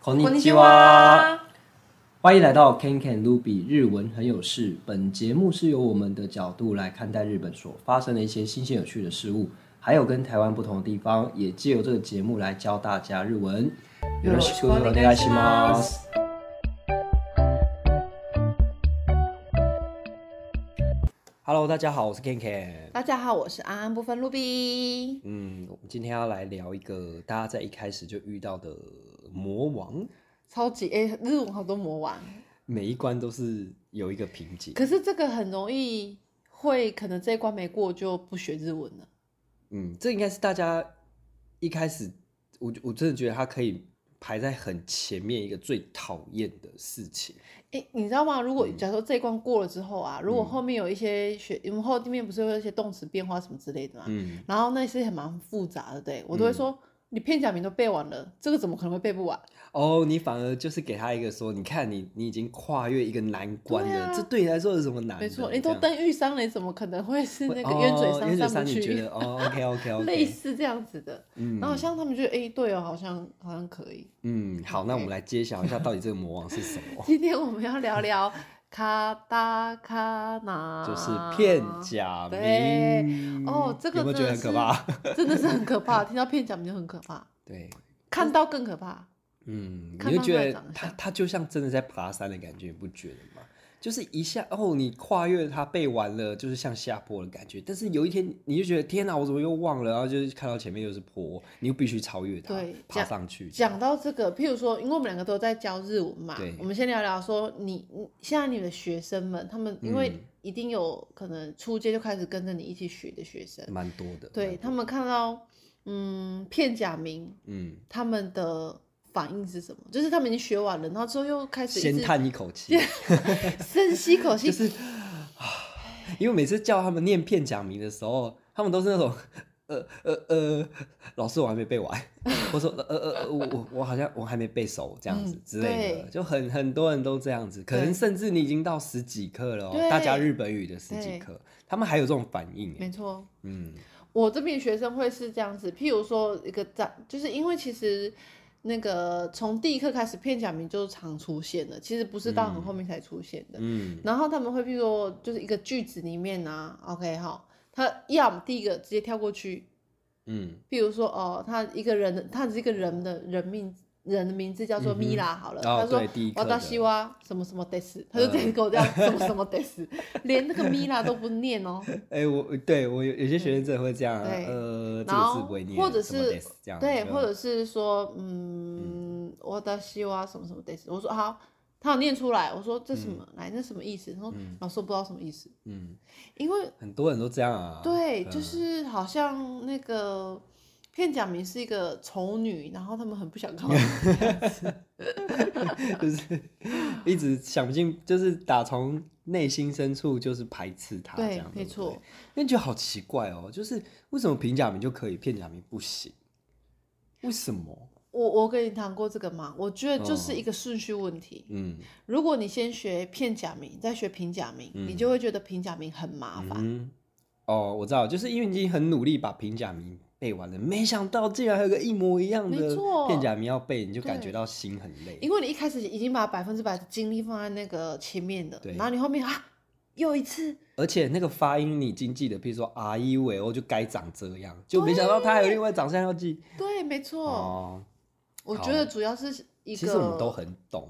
こんにちは。欢迎来到 Ken Ken Ruby 日文很有事。本节目是由我们的角度来看待日本所发生的一些新鲜有趣的事物，还有跟台湾不同的地方，也借由这个节目来教大家日文。よろしくお願いします。 Hello，大家好，我是 Ken Ken。大家好，我是安安不分露比。嗯，我们今天要来聊一个大家在一开始就遇到的魔王，超级哎、日文好多魔王，每一关都是有一个瓶颈。可是这个很容易会，可能这一关没过就不学日文了。嗯，这应该是大家一开始，我我真的觉得他可以排在很前面一个最讨厌的事情。哎、你知道吗？如果假如说这一关过了之后啊，如果嗯后面有一些学，我们后面不是会有一些动词变化什么之类的嘛，嗯，然后那些很蛮复杂的，对我都会说。你片假名都背完了，这个怎么可能会背不完？哦，你反而就是给他一个说，你看你你已经跨越一个难关对了，啊这对你来说有什么难的？没错，你都这样登玉山了，你怎么可能会是那个哦冤嘴上冤嘴上山不你觉去？得哦，OK OK 类 OK，似这样子的。嗯然后像他们觉得，哎、对哦，好像好像可以。，嗯，好，那我们来揭晓一下到底这个魔王是什么今天我们要聊 聊卡达卡纳，就是片假啊对名。哦这个有没有觉得很真的可是怕？真的是很可怕，听到片假名就很可怕，对，看到更可怕。嗯，你看会到觉它的得长他相他就像真的在爬山的感觉，你不觉得吗？就是一下哦，你跨越它背完了，就是像下坡的感觉。但是有一天你就觉得天哪，我怎么又忘了？然后就是看到前面又是坡，你又必须超越它对，爬讲上去。讲到这个，譬如说，因为我们两个都在教日文嘛对，我们先聊聊说你，你现在你的学生们，他们因嗯为一定有可能初阶就开始跟着你一起学的学生，蛮多的。对蛮他们看到嗯片假名，嗯，他们的反应是什么？就是他们已经学完了，然后之后又开始一先直叹一口 气，深吸口气，就是因为每次叫他们念片假名的时候，他们都是那种。呃呃呃，老师我还没背完， 我说呃呃呃，我我我好像我还没背熟这样子嗯之类的，对就很很多人都这样子，可能对甚至你已经到十几课了、哦，对大家日本语的十几对课，他们还有这种反应耶，没错。嗯我这边学生会是这样子，譬如说一个长，就是因为其实那个从第一课开始片假名就常出现的，其实不是到很后面才出现的。嗯然后他们会譬如说就是一个句子里面啊，OK 好，他要么第一个直接跳过去，嗯譬如说哦，他一个人的，他只是一个人的人命。人的名字叫做嗯哼米拉，好了，哦他说对第一课我的嗯达西哇什么什么得死，他就直接给 我这样什么什么得死，连那个米拉都不念哦，哎、我对我有有些学生真的会这样啊，对呃，这然个后字不会念，或者什么是 des 这样，对，就或者是说，嗯，我的希望什么什么的，我说好，他有念出来，我说这什么、来，那什么意思？他说、老师我不知道什么意思，嗯，因为很多人都这样啊，对，嗯就是好像那个片假名是一个丑女，然后他们很不 想看，就是一直想不进，就是打从内心深处就是排斥他这对样，，没不错，因为觉得好奇怪哦，就是为什么平假名就可以，片假名不行？为什么？我我跟你谈过这个嘛，我觉得就是哦一个顺序问题，嗯，如果你先学片假名，再学平假名，你就会觉得平假名很麻烦。嗯，哦，我知道，就是因为你已经很努力把平假名背完了，没想到竟然还有个一模一样没的错片假名要背，你就感对觉到心很累。因为你一开始已经把百分之百的精力放在那个前面的对，然后你后面啊又一次，而且那个发音你已经记得，譬如说 R E V O 就该长这样，就没想到他还有另外长相要记。对，没错，哦，我好觉得主要是一个其实我们都很懂，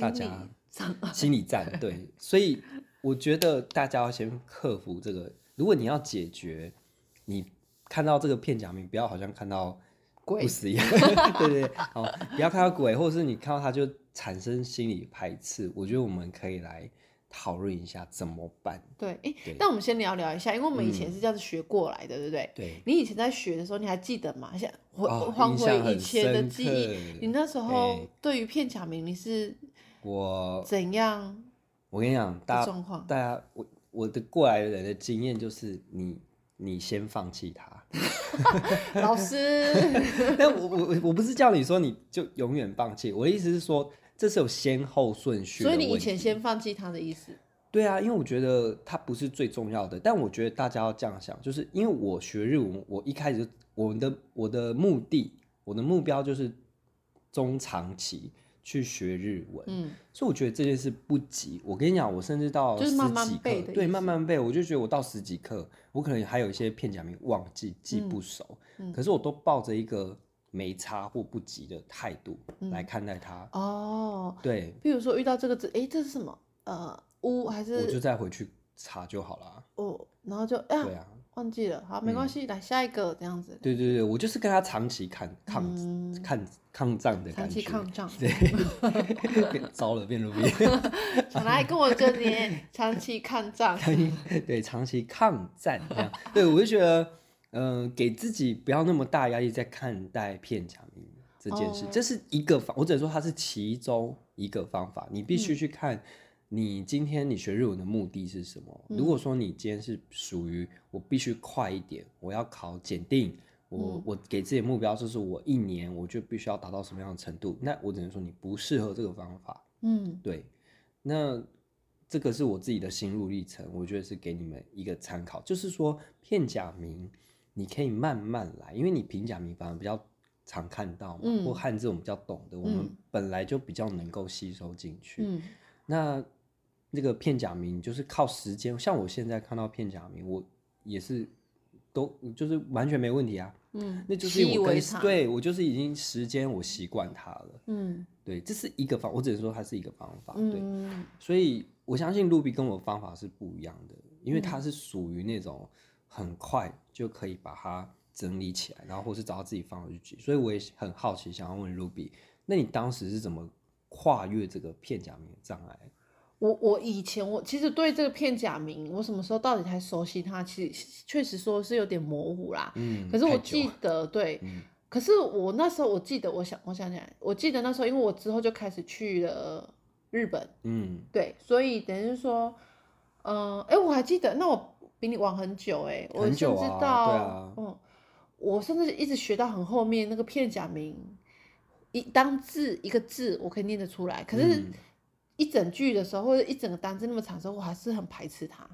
大心理家上，心理战，对，所以我觉得大家要先克服这个。如果你要解决，你看到这个片假名，不要好像看到鬼不死一 样，对对，对好，不要看到鬼，或者是你看到它就产生心理排斥。我觉得我们可以来讨论一下怎么办。对，哎对，但我们先聊聊一下，因为我们以前嗯是这样子学过来的，对不对？对，你以前在学的时候，你还记得吗？像回哦换印象回以很前的深记忆，刻哎你那时候对对于片假名你是我怎样我跟你讲，大的家状况？大家我我的过来人的经验就是你你先放弃它。老师， 但我我我我不是叫你说你就永远放弃，我的意思是说这是有先后顺序的所以问你题。以前先放弃他的意思，对啊，因为我觉得它不是最重要的，但我觉得大家要这样想，就是因为我学日文，我一开始就我的我的目的，我的目标就是中长期去学日文，嗯，所以我觉得这件事不急。我跟你讲，我甚至到就十是几慢慢课，背的意对，思慢慢背，我就觉得我到十几课，我可能还有一些片假名忘记，记嗯不熟，可是我都抱着一个没差或不急的态度嗯来看待它。哦，对，譬如说遇到这个字，诶，这是什么？呃，乌还我就是再回去查就好啦。哦？然后就哎呀对啊，忘记了，好，没关系，来下一个这样子，对对对，我就是跟他长期抗抗、嗯抗抗战的长感期觉， 抗战， 变糟了，变得不一样。常来跟我这里长期抗战， 对，长期抗战这样。对，我就觉得，嗯、给自己不要那么大压力在看待片假名这件事，哦这是一个方，我只能说它是其中一个方法。你必须去看你今天你学日文的目的是什么。如果说你今天是属于我必须快一点，我要考检定。我、我给自己的目标就是我一年我就必须要达到什么样的程度，那我只能说你不适合这个方法。嗯，对，那这个是我自己的心路历程，我觉得是给你们一个参考，就是说片假名你可以慢慢来，因为你平假名反而比较常看到嘛，嗯或汉字我们比较懂的，我们嗯本来就比较能够吸收进去。嗯那那个片假名就是靠时间，像我现在看到片假名，我也是都就是完全没问题啊，嗯，那就是习以我跟为常，对我就是已经时间我习惯它了。嗯对，这是一个方，我只能说它是一个方法。对，嗯，所以我相信露比跟我的方法是不一样的，因嗯为他是属于那种很快就可以把它整理起来，然后或是找到自己方法去解。所以我也很好奇，想要问露比，那你当时是怎么跨越这个片假名的障碍？我我以前我其实对这个片假名，我什么时候到底才熟悉它，其实确实说是有点模糊啦。嗯，可是我太久嗯记得，对，可是我那时候我记得，我想我想起来，我记得那时候，因为我之后就开始去了日本，嗯，对，所以等于是说，嗯、哎、我还记得，那我比你晚很久、哎，我很甚久至啊到，对啊嗯，我甚至一直学到很后面那个片假名，一当字一个字我可以念得出来，可是嗯一整句的时候或者一整个单字那么长的时候，我还是很排斥它，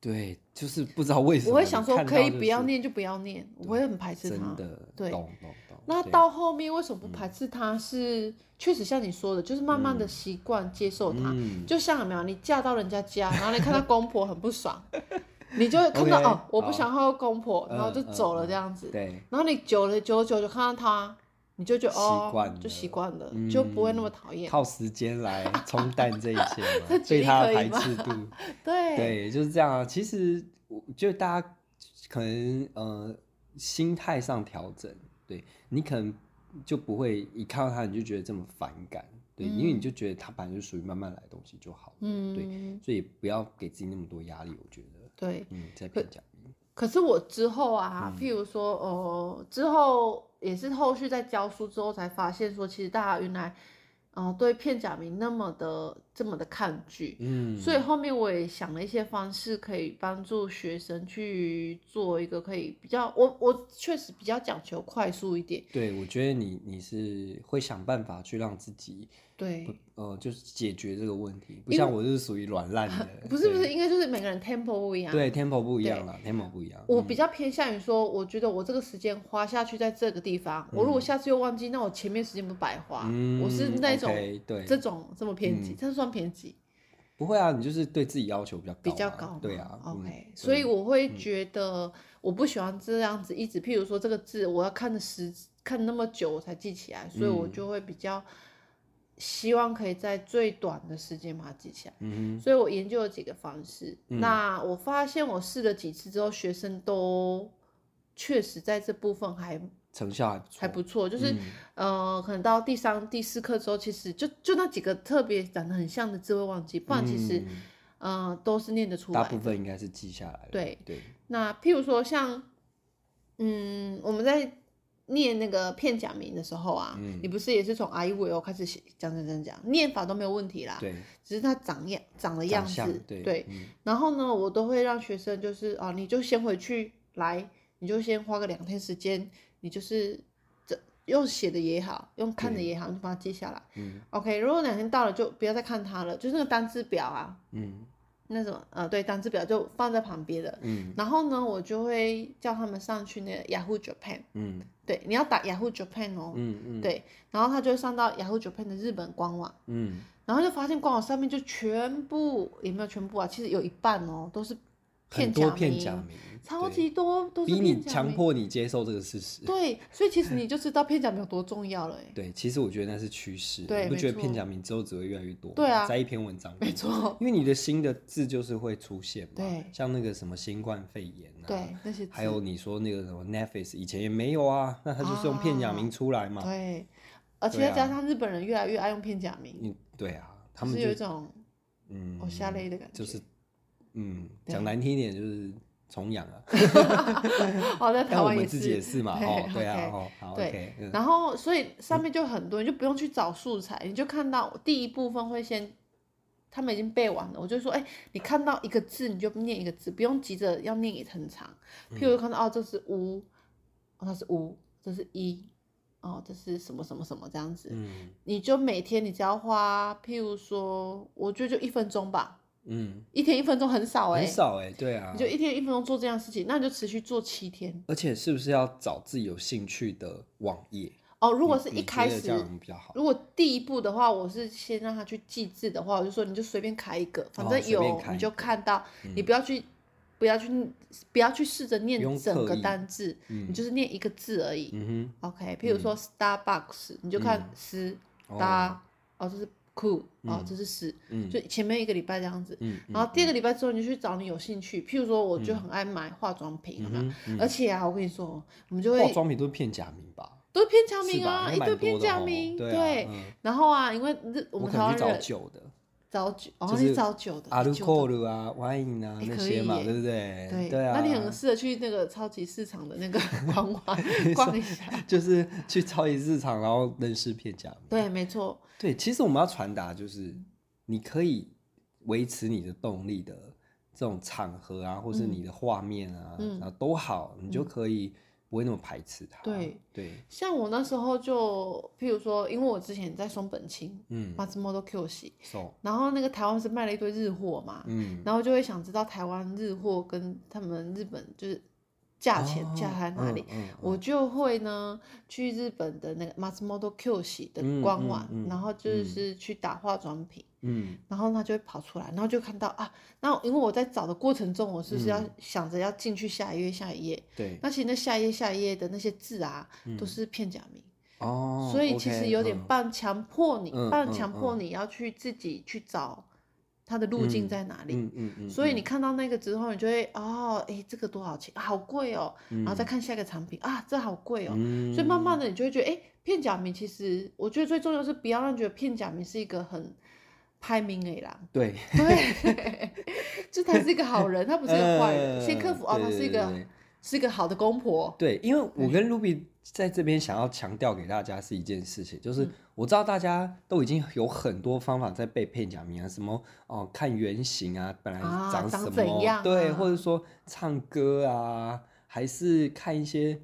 对，就是不知道为什么，我会想说看到可以就不要是，念就不要念，我会很排斥它，真的，对懂懂懂。那对嗯到后面为什么不排斥它是？确实像你说的，就是慢慢的习惯接受它。嗯就像有没有你嫁到人家家，然后你看到公婆很 不爽，你就会看到 OK，哦，我不好想看到公婆，然后就嗯嗯走了嗯这样子。对，然后你久了久久就看到他，你就觉得习哦惯，就了嗯习惯了，就不会那么讨厌。靠时间来冲淡这一切嘛 这，举对例他可的以排吗斥度。对，对，就是这样啊。其实我就大家可能呃心态上调整，对你可能就不会一看到它你就觉得这么反感，对，因为你就觉得它本来就属于慢慢来的东西就好了，嗯，所以不要给自己那么多压力，我觉得，对。嗯，在评价，可是我之后啊，嗯譬如说，呃，之后也是后续在教书之后才发现说，其实大家原来，呃，对片假名那么的这么的抗拒，嗯，所以后面我也想了一些方式，可以帮助学生去做一个可以比较，我我确实比较讲求快速一点，对我觉得你你是会想办法去让自己对，呃就是解决这个问题，不像我就是属于软烂的， 不是不是，应该就是每个人 tempo 不一样，对，对，tempo 嗯不一样啦，tempo 不一样，我比较偏向于说，我觉得我这个时间花下去在这个地方，我如果下次又忘记，那我前面时间不白花。嗯，我是那种 OK，对，嗯这种这么偏激，这算偏激不会啊，你就是对自己要求比较高嘛，比较高嘛。对啊嗯，OK，、对嗯所以我会觉得我不喜欢这样子一直，譬如说这个字我要看了十看那么久我才记起来，所以我嗯就会比较希望可以在最短的时间把它记起来。嗯所以我研究了几个方式，那我发现我试了几次之后，学生都确实在这部分还哼，成效还不错，还不错，就是、嗯呃，可能到第三、第四课之后，其实就就那几个特别长得很像的字会忘记，不然其实、嗯呃都是念得出大来部。分应该是记下来了。对对，那譬如说像嗯，我们在念那个片假名的时候啊，嗯你不是也是从 I V O 开始写讲讲讲讲，念法都没有问题啦，对，只是它长样长的啊样长子相，对嗯然后呢，我都会让学生就是啊，你就先回去来，你就先花个两天时间，你就是这用写的也好，用看的对也好，你就把它记下来。嗯，OK，如果两天到了就不要再看它了，就是那个单字表啊，嗯那种呃对单字表就放在旁边的，嗯然后呢，我就会叫他们上去那个 Yahoo Japan，嗯对，你要打 Yahoo Japan 哦，嗯嗯，对，然后他就会上到 Yahoo Japan 的日本官网，嗯然后就发现官网上面就全部也没有全部啊，其实有一半哦都是很骗多假片假名，名，超对级多都是逼骗你假强名，迫你接受这个事实。对，所以其实你就知道骗假名有多重要了，哎，对，其实我觉得那是趋势，对你不觉得没错片假名之后只会越来越多吗？对啊在一篇文章里没错，因为你的新的字就是会出现嘛，对像那个什么新冠肺炎啊，对，那些还字有你说那个什么 Netflix 以前也没有啊，那他就是用片假名出来嘛，哦对，而且对再啊加上日本人越来越爱用片假名，你对啊，他就们是就有一种哦嗯我下泪的感觉，就是嗯，对讲难听一点就是崇洋 啊，哦，在台但我湾们也自己也是 嘛，哦，对啊， OK 哦，好对 OK，嗯然后，所以上面就很多，你就不用去找素材，你就看到第一部分会先，他们已经背完了，我就说，哎、你看到一个字你就念一个字，不用急着要念也很长。嗯譬如看到、哦，这是乌，哦，它是乌，这是一，哦，这是什么什么什么这样子，嗯你就每天你只要花，譬如说，我觉得就一分钟吧，嗯，一天一分钟很少哎、很少哎，对啊你，就一天一分钟做这样的事情，那你就持续做七天而且是不是要找自己有兴趣的网页？哦。如果你是你一觉开得始这样比较好，如果第一步的话，我是先让他去记字的话，我就说你就随便开一个，反正哦随有、便开一你就个嗯看到，你不要去不要去不要去试着念不用整刻个意单字，嗯你就是念一个字而已。嗯 OK，譬如说 Starbucks，、你就看 s 哦 star，哦这是 cool，哦、这是 s，、嗯就前面一个礼拜这样子。哼，嗯然后第二个礼拜之后，你就去找你有兴趣，譬如说，我就很爱买化妆品，有没有嗯哼而且啊，我跟你说，我们就化会妆品都是片假名吧？都是片假是名吧？啊，应一该堆蛮片多的假哦名，对对啊。嗯然后啊，因为日我我们可台能湾去找人酒的，早酒，哦，就是你早酒的阿你鲁酒扣的鲁啊、wine 啊诶那哎可些以嘛，耶对不对？对，对啊，那你很适合去那个超级市场的那 个逛逛逛一下。就是去超级市场，然后认识片假名。对，没错，对，其实我们要传达就是，你可以维持你的动力的这种场合啊，或是你的画面啊，嗯啊都好，你就可以不会那么排斥它。对对，像我那时候就，譬如说，因为我之前在松本清，嗯马自摩都 Q 系， ，so，然后那个台湾是卖了一堆日货嘛，嗯，然后就会想知道台湾日货跟他们日本就是价钱哦价在哪里，？嗯嗯我就会呢去日本的那个 Matsumoto Q 系的官网，嗯嗯嗯然后就是去打化妆品，嗯然后它就会跑出来，然后就看到啊，那因为我在找的过程中，我是不是要嗯想着要进去下一页下一页？对，那其实那下一页下一页的那些字啊，都是片假名，嗯哦，所以其实 OK，有点嗯半强迫你，嗯半嗯强迫嗯你要去自己去找它的路径在哪里。嗯嗯嗯，所以嗯你看到那个之后，你就会哦，诶，这个多少钱？好贵哦。然嗯后再看下一个产品啊，这好贵哦。所以慢慢的你就会觉得，诶，片假名其实我觉得最重要是不要让觉得片假名是一个很拍明诶啦，对， 对，就他是一个好人，他不是一个 坏人，先克服哦，对他对是一嗯对个对是一个好的公婆，对，因为我跟 Ruby 在这边想要强调给大家是一件事情，嗯就是我知道大家都已经有很多方法在背片假名啊，什么哦看原型啊，本来啊长长什怎么，样对，啊或者说唱歌啊，还是看一些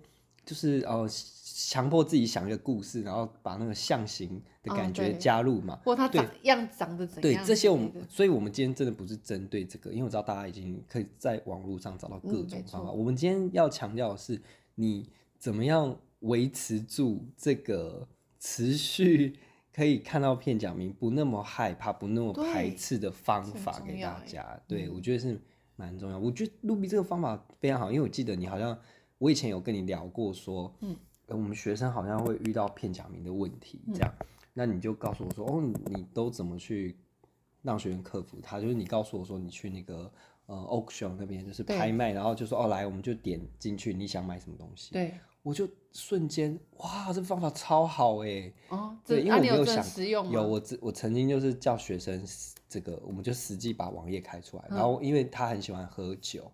就是哦强迫自己想一个故事，然后把那个象形的哦感觉对加入嘛。或他对长样长得怎对样之类的，这些，我们所以，我们今天真的不是针对这个，因为我知道大家已经可以在网络上找到各嗯种没方法。错我们今天要强调的是，你怎么样维持住这个持续可以看到片假名，不那么害怕，不那么对排斥的方这很法重给要大欸家。对，我觉得是蛮重要。我觉得露比这个方法非常好，因为我记得你好像我以前有跟你聊过说，嗯呃，我们学生好像会遇到片假名的问题，这样。那你就告诉我说，哦，你你都怎么去让学员克服它？就是你告诉我说，你去那个呃 auction 那边，就是对拍卖，然后就说哦，来，我们就点进去，你想买什么东西？对，我就瞬间哇，这方法超好哎！哦，这对，因为啊我你没有有真的想实用吗？有我只我曾经就是叫学生这个，我们就实际把网页开出嗯来，然后因为他很喜欢喝酒，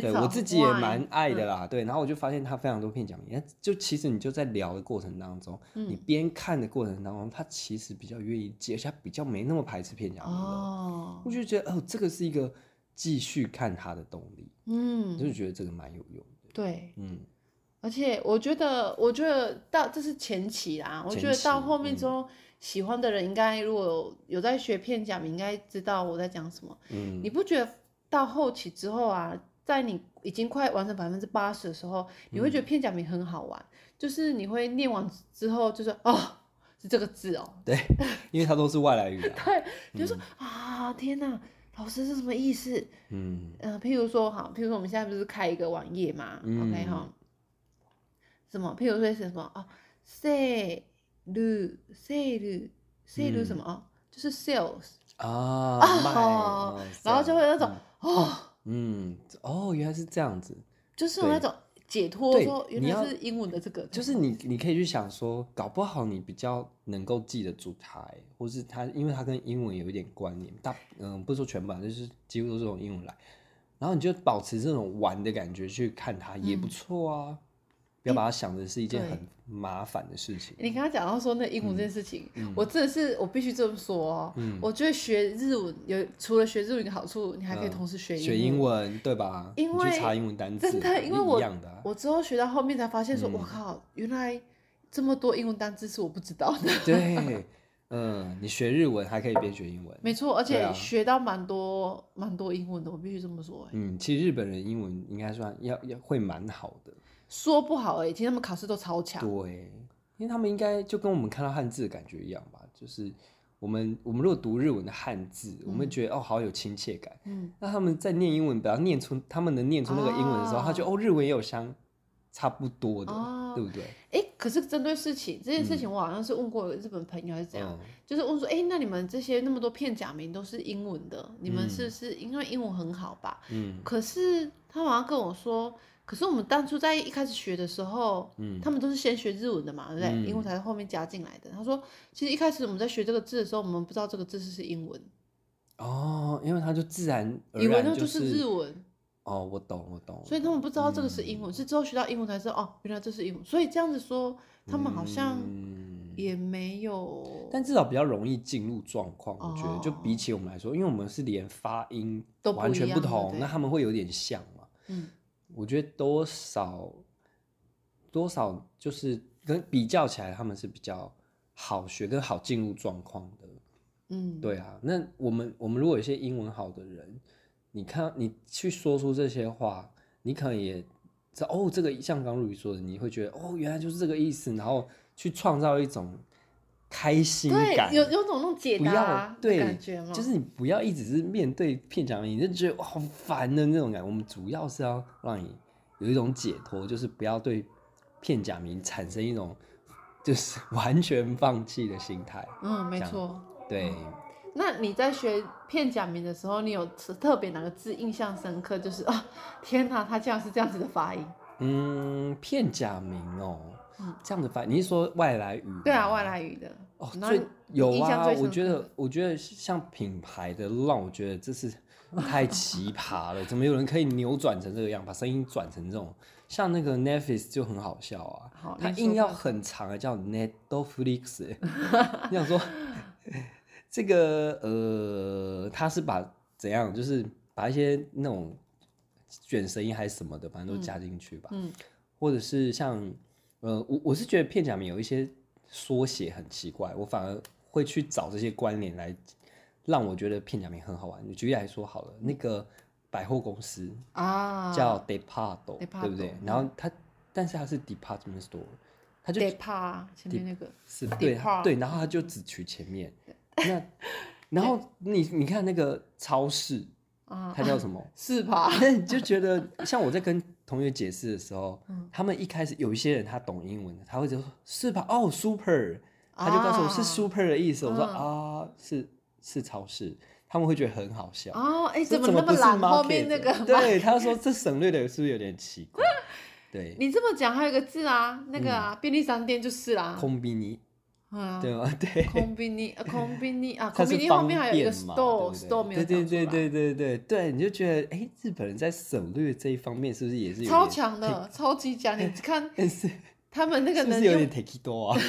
对我自己也蛮爱的啦，对，然后我就发现他非常多片假名，那就其实你就在聊的过程当中，你嗯边看的过程当中，他其实比较愿意接，而且他比较没那么排斥片假名了。哦，我就觉得哦，这个是一个继续看他的动力，我嗯，就觉得这个蛮有用的。对，嗯，而且我觉得，我觉得到这是前期啦，我前觉得到期嗯后面之后，喜欢的人应该如果有有在学片假名，应该知道我在讲什么。嗯，你不觉得到后期之后啊，在你已经快完成百分之八十的时候，你嗯会觉得片假名很好玩，就是你会念完之后就是哦，是这个字哦，因为它都是外来语啊，对，你就说、啊天哪，老师是什么意思？ 嗯呃，譬如说，好，譬如说我们现在不是开一个网页嘛、o k 嗯哈，什么？譬如说是什么哦 s a l e s a l e s a l e 什么、嗯哦，就是 sales，啊，卖哦哦然后就会有那种、哦，嗯，哦，原来是这样子，就是有那对种解脱对说原你要来是英文的这个，就是你你可以去想说，搞不好你比较能够记得住它欸，或是它，因为它跟英文有一点关联，大嗯不是说全版，就是几乎都是用英文来，然后你就保持这种玩的感觉去看它也不错啊，不要把它想的是一件嗯对很麻烦的事情。你刚刚讲到说那英文嗯这件事情，我真的是我必须这么说哦。我觉得学日文有除了学日文的好处，你还可以嗯同时学学英英。文对吧？因你为去查英文单词，真的，因为是我一样的啊、嗯我之后学到后面才发现说，我靠，原来这么多英文单词是我不知道的。 对，嗯，你学日文还可以边学英文，没错，而对啊且学到蛮多蛮多英文的，我必须这么说、欸。嗯，其实日本人英文应该算要要会蛮好的。说不好而欸已，其实他们考试都超强。对，因为他们应该就跟我们看到汉字的感觉一样吧，就是我们我们如果读日文的汉字，我们会觉得哦好有亲切感。嗯，那他们在念英文，比方念出他们能念出那个英文的时候，他就哦日文也有相差不多的，哦对不对？哎、可是针对事情这件事情，我好像是问过日本朋友还是怎样，嗯，就是问说，哎、那你们这些那么多片假名都是英文的，你们嗯是不是因为英文很好吧？嗯可是他好像跟我说，可是我们当初在一开始学的时候，嗯他们都是先学日文的嘛，对不对？嗯英文才是后面加进来的。他说，其实一开始我们在学这个字的时候，我们不知道这个字是是英文，哦，因为他就自然而以为那然、就是是日文，哦，我懂我懂，嗯所以他们不知道这个是英文，是之后学到英文才知道哦，原来这是英文。所以这样子说，他们好像嗯也没有但至少比较容易进入状况，我觉得就哦比起我们来说，因为我们是连发音都不完一全样不的同，对那他们会有点像嘛。嗯我觉得多少多少就是跟比较起来，他们是比较好学跟好进入状况的。嗯，对啊，那我们我们如果有一些英文好的人，你看你去说出这些话，你可能也知道哦，这个像刚刚如宇说的，你会觉得哦，原来就是这个意思，然后去创造一种开心对感，，有有种那种解不答要啊的对感觉，吗？就是你不要一直是面对片场，你就觉得哇好烦的那种感觉。我们主要是要让你有一种解脱，就是不要对片假名产生一种就是 完全放弃的心态。嗯，没这样错。对，那你在学片假名的时候，你有特特别哪个字印象深刻？就是啊，天哪，他竟然是这样子的发音。嗯，片假名哦嗯，这样子反，你是说外来语？对啊，外。来语的。哦，然后最有印象啊最，深我觉刻得，我觉得像品牌的让我觉得这是太奇葩了，怎么有人可以扭转成这个样，把声音转成这种？像那个 Netflix 就很好笑啊，好他你硬说要看很长啊，叫 Netflix，欸 你想说这个呃，他是把怎样，就是把一些那种卷舌音还是什么的，反正都加进去吧，嗯或者是像呃，我我是觉得片假名有一些缩写很奇怪，我反而会去找这些关联来让我觉得片假名很好玩。举例来说好了，那个百货公司啊，嗯叫 Departo，、 Departo，对不对？然后它，但是它是 department store，它就 d e p a 前面那个是对它 Depart 对，然后它就只取前面。 那然后你你看那个超市，啊，它叫什 么？是吧？那你就觉得，像我在跟同学解释的时候，嗯他们一开始有一些人他懂英文的，他会就说是吧？哦，super，他就告诉我是啊 super 的意思。我说嗯啊，是是超市，他们会觉得很好笑。哦，哎，这怎么怎那不么是懒？后 market？面那个对，他说这省略的是不是有点奇怪？对，你这么讲，还有一个字啊，那个啊，便利商店就是啦，嗯空比尼，嗯，对吗？对，空宾尼啊，空宾尼啊， 它空是宾尼后方面便还有一个嘛 store store 没对有对对讲出对来对对对对，你就觉得哎，日本人在省略这一方面是不是也是有超点强的，超级强！你看但是他们那 个是不能是有用点 take 多啊？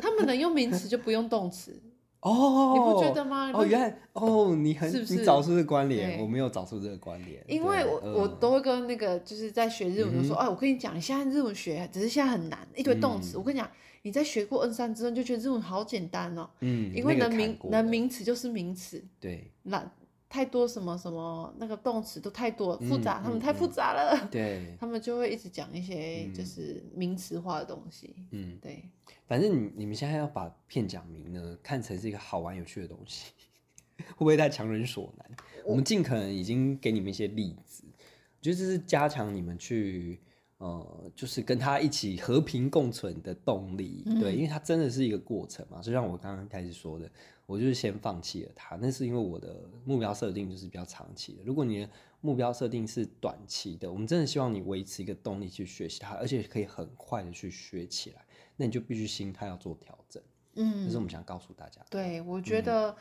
他们能用名词就不用动词，哦，你不觉得吗？哦，原来哦，你很是不是你找出这个关联，对我没有找出这个关联，因为对我、嗯我都会跟那个就是在学日文的说，哎、我跟你讲，你现在日文学只是现在很难，一堆动嗯词。我跟你讲，你在学过 N 三之后，你就觉得日文好简单哦，嗯，因为那个能看名过能的名词就是名词，对那太多什么什么那个动词都太多嗯嗯复杂，他们太复杂 了，对，他们就会一直讲一些就是名词化的东西。嗯，对，反正你你们现在要把片假名呢看成是一个好玩有趣的东西， 会不会太强人所难？我们尽可能已经给你们一些例子，我觉得这是加强你们去呃，就是跟他一起和平共存的动力。对，因为它真的是一个过程嘛，就像我刚刚开始说的，我就是先放弃了它，那是因为我的目标设定就是比较长期的。如果你的目标设定是短期的，我们真的希望你维持一个动力去学习它，而且可以很快的去学起来，那你就必须心态要做调整。这嗯，是我们想告诉大家的。对，我嗯觉得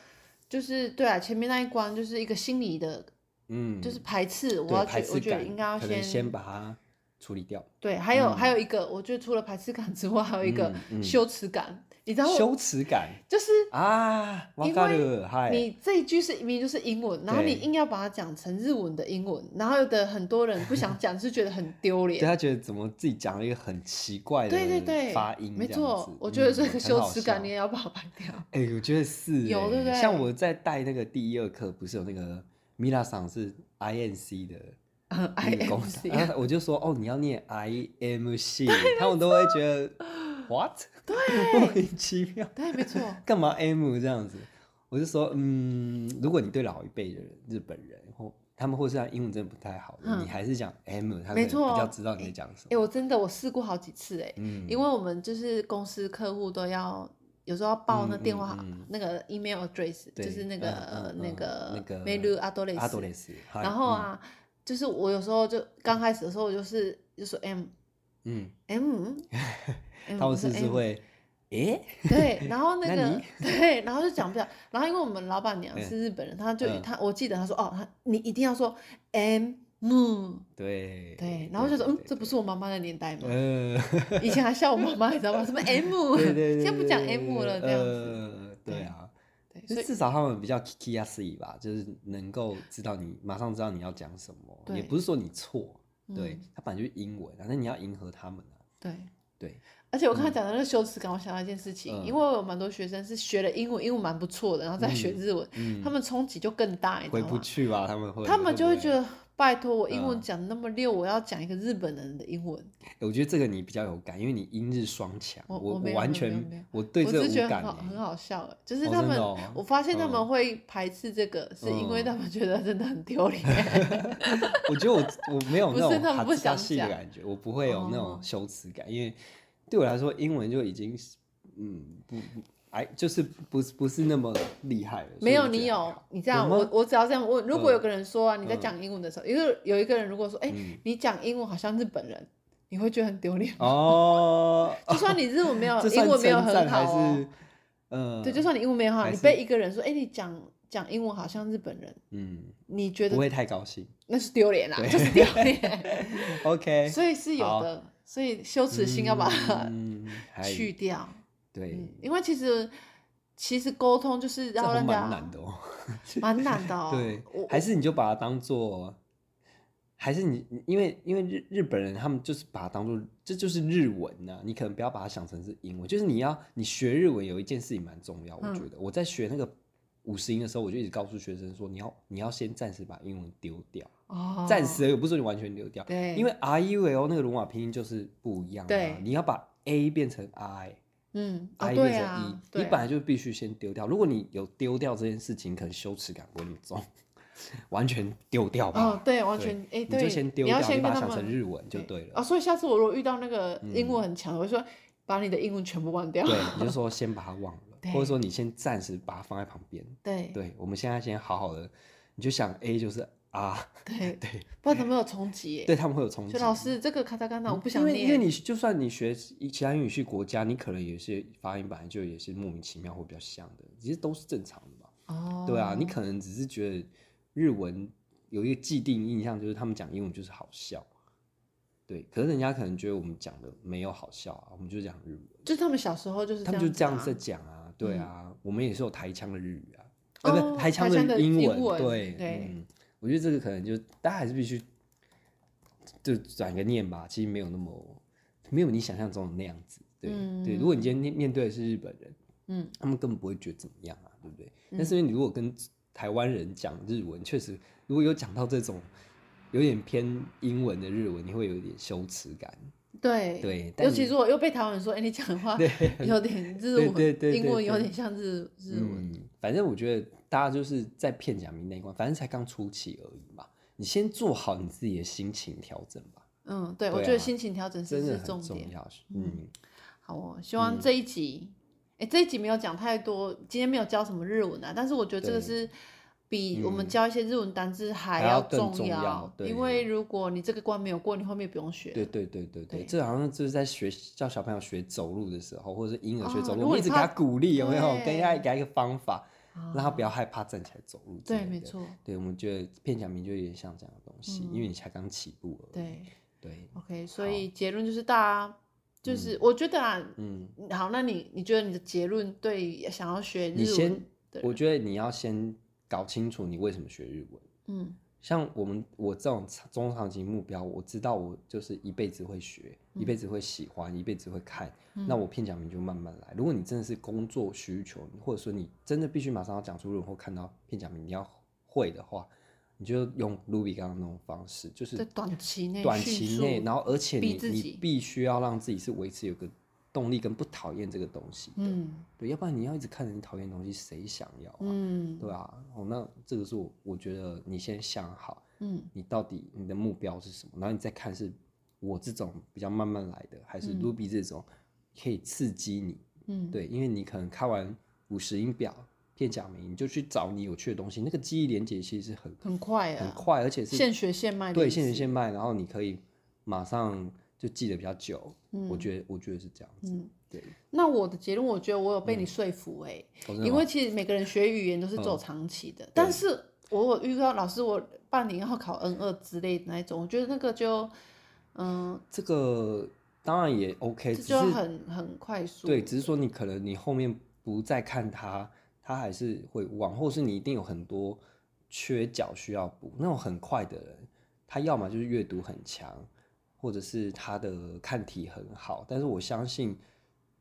就是、对啊，前面那一关就是一个心理的，嗯，就是排斥，我对要排去，斥我觉得感，应该要可能先嗯把它处理掉。对，还有、还有一个，我觉得除了排斥感之外，还有一个羞耻感。你知道嗯我，羞耻感就是啊，哇因嘎为了，嗨，你这一句是明明就是英文，然后对你硬要把它讲成日文的英文，然后有的很多人不 想讲，就觉得很丢对脸。他觉得怎么自己讲了一个很奇怪对对的对，发音，没这样错子，我觉得这嗯个很羞好耻感笑你也要把它排 掉。哎、我觉得是、欸，有对不对像我在带那个第一二课，不是有那个米拉桑是 I N C 的嗯那个公司，然，IMC，后我就说哦，你要念 I M C，他们都会觉得 what，对，莫名其妙，对，没 错，哎干嘛 M 这样子？我就说，嗯，如果你对老一辈的人日本人或他们或是他英文真的不太好的，嗯你还是讲 M，他们没错比较知道你在讲什哎、么。我真的我试过好几次、哎、嗯，因为我们就是公司客户都要有时候要报那嗯电话、嗯嗯那个 email address，对就是那嗯个、嗯嗯那那个个 mail 嗯 address，, 啊阿多雷斯，嗨然后，啊，就是我有时候就刚开始的时候，我就是就说 M 嗯， M，嗯 M，他我们是说不是 M 会，诶，对，然后那 那个你对，然后就讲不了，然后因为我们老板娘嗯是日本人，她就嗯她我记得她说哦，她你一定要说 M M，对对，然后就说嗯，这不是，是我妈妈的年代吗？呃， 以前还笑我妈妈，你知道吗？什么 M，对对对， 现在不讲对 M 了这样子，呃对啊，对，就所以至少他们比较 k i k i a s i 吧，就是能够知道你马上知道你要讲什么，对也不是说你错，对嗯，他本来就是英文啊，那你要迎合他们啊，对。对，而且我刚才讲的那个羞耻感，我想到一件事情，嗯因为我有蛮多学生是学了英文，英文蛮不错的，然后再学日文，嗯他们冲击就更大，你知回道不吗？去吧，他们会，他们就会不觉得，拜托我英文嗯讲那么溜，我要讲一个日本人的英文，欸我觉得这个你比较有感，因为你英日双强，我我我没有完没有没有没有全我对我这只是觉无得感很好，很欸，好笑欸。就是哦真他的们，哦 我发现他们嗯会排斥这个，是因为嗯他们觉得真的很 丢脸。我觉得我我没有那不是种他们哈不斯加想戏的讲感觉，我不会有那哦种羞耻感，因为对我来说英文就已经是嗯不不哎就是不是不是那么厉害了，所以没有，我觉你得还有好，你这样，啊有我吗我只要这样问，如果嗯有个人说啊，你在讲英文的时候，因为有一个人如果说，哎、嗯你讲英文好像日本人，你会觉得很丢脸。哦，就算你日 文没有，这英算文没有称赞很好还哦是，呃对，就算你英文没有很好，还你是被一个人说，哎、你讲讲英文好像日本人，嗯你觉不得会太高兴那是丢脸啦，啊就是丢 脸， ，OK，所以是有的，所以羞耻心要把它 嗯还去掉，对嗯，因为其实其实沟通就是这要还让蛮大家难的哦。蛮难的 哦，对我，还是你就把它当做，还是你你因为因为日日本人他们就是把它当做这就是日文呐、你可能不要把它想成是英文，就是你要你学日文有一件事情蛮重要，我嗯觉得、我在学那个五十音的时候，我就一直告诉学生说，你要你要先暂时把英文丢掉，哦暂、时而已，我不是说你完全丢掉，对，因为 R U L 那个罗马拼音就是不一样、啊，对你要把 A 变成 I。嗯，哦 I 变对成 E，、啊，你对本来就必须先丢掉。如果你有丢掉这件事情，可能羞耻感不会那么重，完全丢掉吧。哦，对，完对全，哎，你对，就先丢你掉，要你先把它跟他想成们日文就对啊，了。所以下次我如果遇到那个英嗯文很强的，我就说把你的英文全部忘掉。对，你就说先把它忘了，对或者说你先暂时把它放在旁边。对对，我们现在先好好的，你就想 A 就是啊，对， 对，不然他们有冲击耶。对他们会有冲击所以。老师，这个卡塔干纳我不因想为因为念。你就算你学其他英语系国家，你可能有些发音本来就也是莫名其妙或比较像的，其实都是正常的吧。哦，对啊，你可能只是觉得日文有一个既定印象，就是他们讲英文就是好笑，对。可是人家可能觉得我们讲的没有好笑啊，我们就讲日文，就是他们小时候就是他们这就样这样子在啊讲啊，对啊，我们也是有台腔的日语啊，哦呃不，台腔台腔的英文，英文对，对嗯，我觉得这个可能就大家还是必须就转个念吧，其实没有那么没有你想象中的那样子，对、对。如果你今天面面对的是日本人，嗯，他们根本不会觉得怎么样啊，对不对？但是你如果跟台湾人讲日文，确实如果有讲到这种有点偏英文的日文，你会有一点羞耻感，对对。但尤其你是我又被台湾人说，哎、你讲的话 有点日对文，对对英对文有对点像日日文，嗯，反正我觉得大家就是在片假名那一关，反正才刚初期而已嘛。你先做好你自己的心情调整吧，嗯对，我对觉得啊心情调整是真的是很重重点。要。嗯，好哦，希望这一集，哎、这一集没有讲太多，今天没有教什么日文啊，但是我觉得这个对是比我们嗯教一些日文单字还还要更重重要对因为如果你这个关没有过，你后面不用学。对对对对对，对这好像就是在学叫小朋友学走路的时候，或者是婴儿学哦走路，如我果们一你直给怕他鼓励，有没有？对给他给他一个方法，啊让他不要害怕站起来走路之类对，的。没错，嗯对，我们觉得片假名就有点像这样的东西，因为你才刚起步而已。对对， ，OK，所以结论就是大家就是、我觉得啊，嗯，好，那你你觉得你的结论对想要学你日先文的，我觉得你要先搞清楚你为什么学日文。嗯像我们我这种长中长期目标，我知道我就是一辈子会学，一嗯辈子会喜欢，一辈子会看。那我片假名就慢慢来。如果你真的是工作需求，或者说你真的必须马上要讲出日文或看到片假名，你要会的话，你就用 Ruby 刚刚那种方式，就在是短期内短迅期速内，然后而且逼你自你己必须要让自己是维持有个动力跟不讨厌这个东西的，嗯对，要不然你要一直看着你讨厌的东西，谁想要啊？嗯对啊，哦，那这个是我我觉得你先想好。嗯你到底你的目标是什么，然后你再看是我这种比较慢慢来的，还是 Ruby 这种可以刺激你？嗯，对，因为你可能看完五十音表片假名，你就去找你有趣的东西，那个记忆连接其实是很很快啊，很快，而且是现学现卖的对意思现学现卖，然后你可以马上就记得比较久。我觉得我觉得是这样子，嗯对，那我的结论，我觉得我有被你说服哎、嗯哦真的因吗嗯为其实每个人学语言都是走长期的，但是我有遇到老师，我半年要考 N 二之类的那一种，我觉得那个就，嗯，这个当然也 OK，这只就是很很快速，对，只是说你可能你后面不再看它，它还是会往后，是你一定有很多缺角需要补。那种很快的人，他要么就是阅读很强，或者是他的看题很好。但是我相信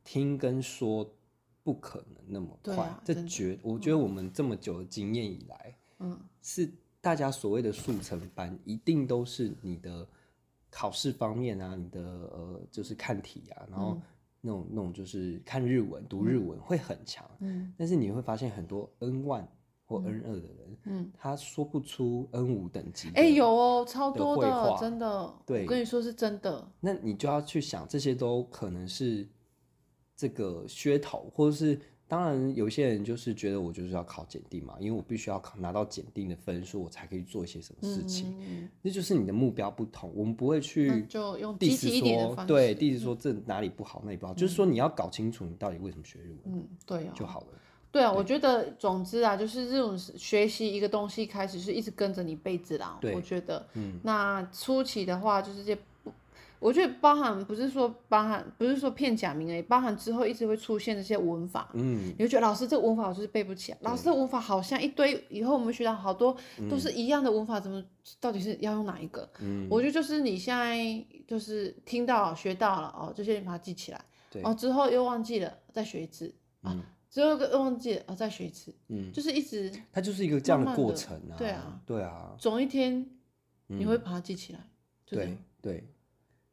听跟说不可能那么对快，啊这真的绝我觉得我们这么久的经验以来，嗯，是大家所谓的速成班，一定都是你的考试方面啊，你的呃就是看题啊，然嗯后那种、那种就是看日文、读日文会很强，嗯，但是你会发现很多 N one 或 N 二的人，嗯，他说不出 N 五等级，哎、，有哦，超的多绘画的，真的，对我跟你说是真的，那你就要去想，这些都可能是这个噱头，或者是当然有些人就是觉得我就是要考检定嘛，因为我必须要考拿到检定的分数，我才可以做一些什么事情。嗯，那就是你的目标不同，我们不会那去就用积 diss 极一点的说方式，嗯对 diss 说这哪里不好，那里不好，就是说你要搞清楚你到底为什么学日文嗯，对哦，就好了。对啊，我觉得总之啊，就是这种学习一个东西开始是一直跟着你一辈子啦。对我觉得，嗯，那初期的话就是这不，我觉得包含不是说包含不是说片假名而已，包含之后一直会出现这些文法。嗯，你会觉得老师这个文法我就是背不起来，老师的文法好像一堆，以后我们学到好多嗯都是一样的文法，怎么到底是要用哪一个？嗯，我觉得就是你现在就是听到了学到了哦，这些你把它记起来，对哦之后又忘记了再学一次，啊之后又忘记了哦再学一次，嗯，就是一直它就是一个这样慢慢过地程啊。对啊，对啊，总一天你会把它记起来，就嗯这对样。对，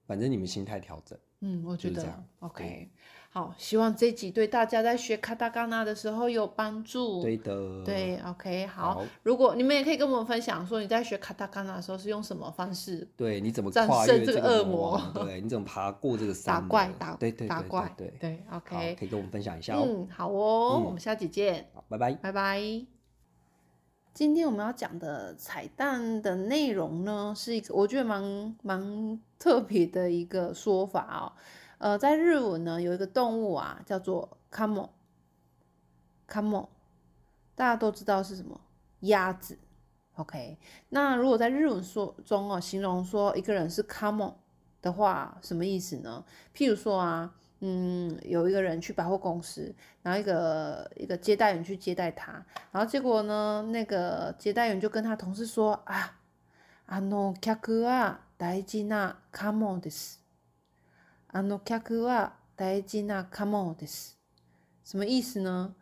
反正你们心态调整。嗯，我觉就是这得样 OK。好，希望这集对大家在学卡达嘎纳的时候有帮助。对的，对，OK，好。好如果你们也可以跟我们分享，说你在学卡塔卡纳的时候是用什么方式？对，你怎么战跨胜越这个个恶魔网？对，你怎么爬过这个山打的？怪，打对对打对怪，对对。对好， ，OK，可以跟我们分享一下哦。嗯，好哦，我们下集见。好，拜拜。拜拜。今天我们要讲的彩蛋的内容呢，是一个我觉得蛮蛮特别的一个说法哦。呃，在日文呢有一个动物啊，叫做 kamo，kamo，大家都知道是什么鸭子。OK，那如果在日文说中哦，形容说一个人是 kamo 的话，什么意思呢？譬如说啊，嗯，有一个人去百货公司，然后一个一个接待员去接待他，然后结果呢，那个接待员就跟他同事说啊，あの客は大事なカモです。あの客は大事なカモです。什么意思呢？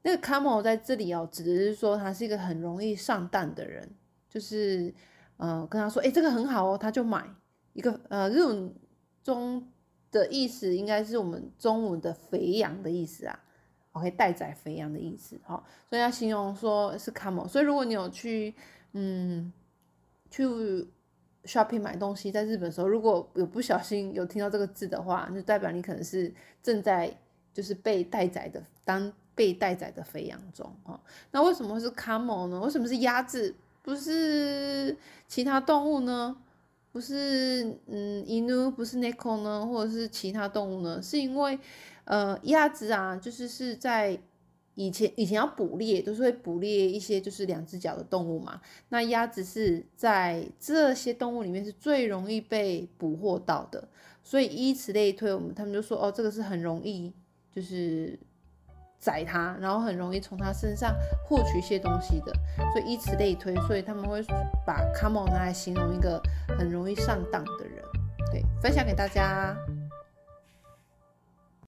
那个カモ在这里哦，指的是说他是一个很容易上当的人，就是呃跟他说，哎、这个很好哦，他就买一个呃日文中的意思应该是我们中文的肥羊的意思啊。OK，待宰肥羊的意思，好、所以要形容说是 come on。所以如果你有去，嗯，去 shopping 买东西，在日本的时候，如果有不小心有听到这个字的话，就代表你可能是正在就是被待宰的，当被待宰的肥羊中，哈、那为什么是 come on 呢？为什么是鸭子，不是其他动物呢？不是嗯，inu 不是 neko 呢，或者是其他动物呢？是因为呃，鸭子啊，就是是在以前以前要捕猎，都是会捕猎一些就是两只脚的动物嘛。那鸭子是在这些动物里面是最容易被捕获到的，所以依此类推，我们他们就说哦，这个是很容易就是宰它，然后很容易从它身上获取一些东西的。所以以此类推，所以他们会把 come on 拿来形容一个很容易上当的人。对，分享给大家。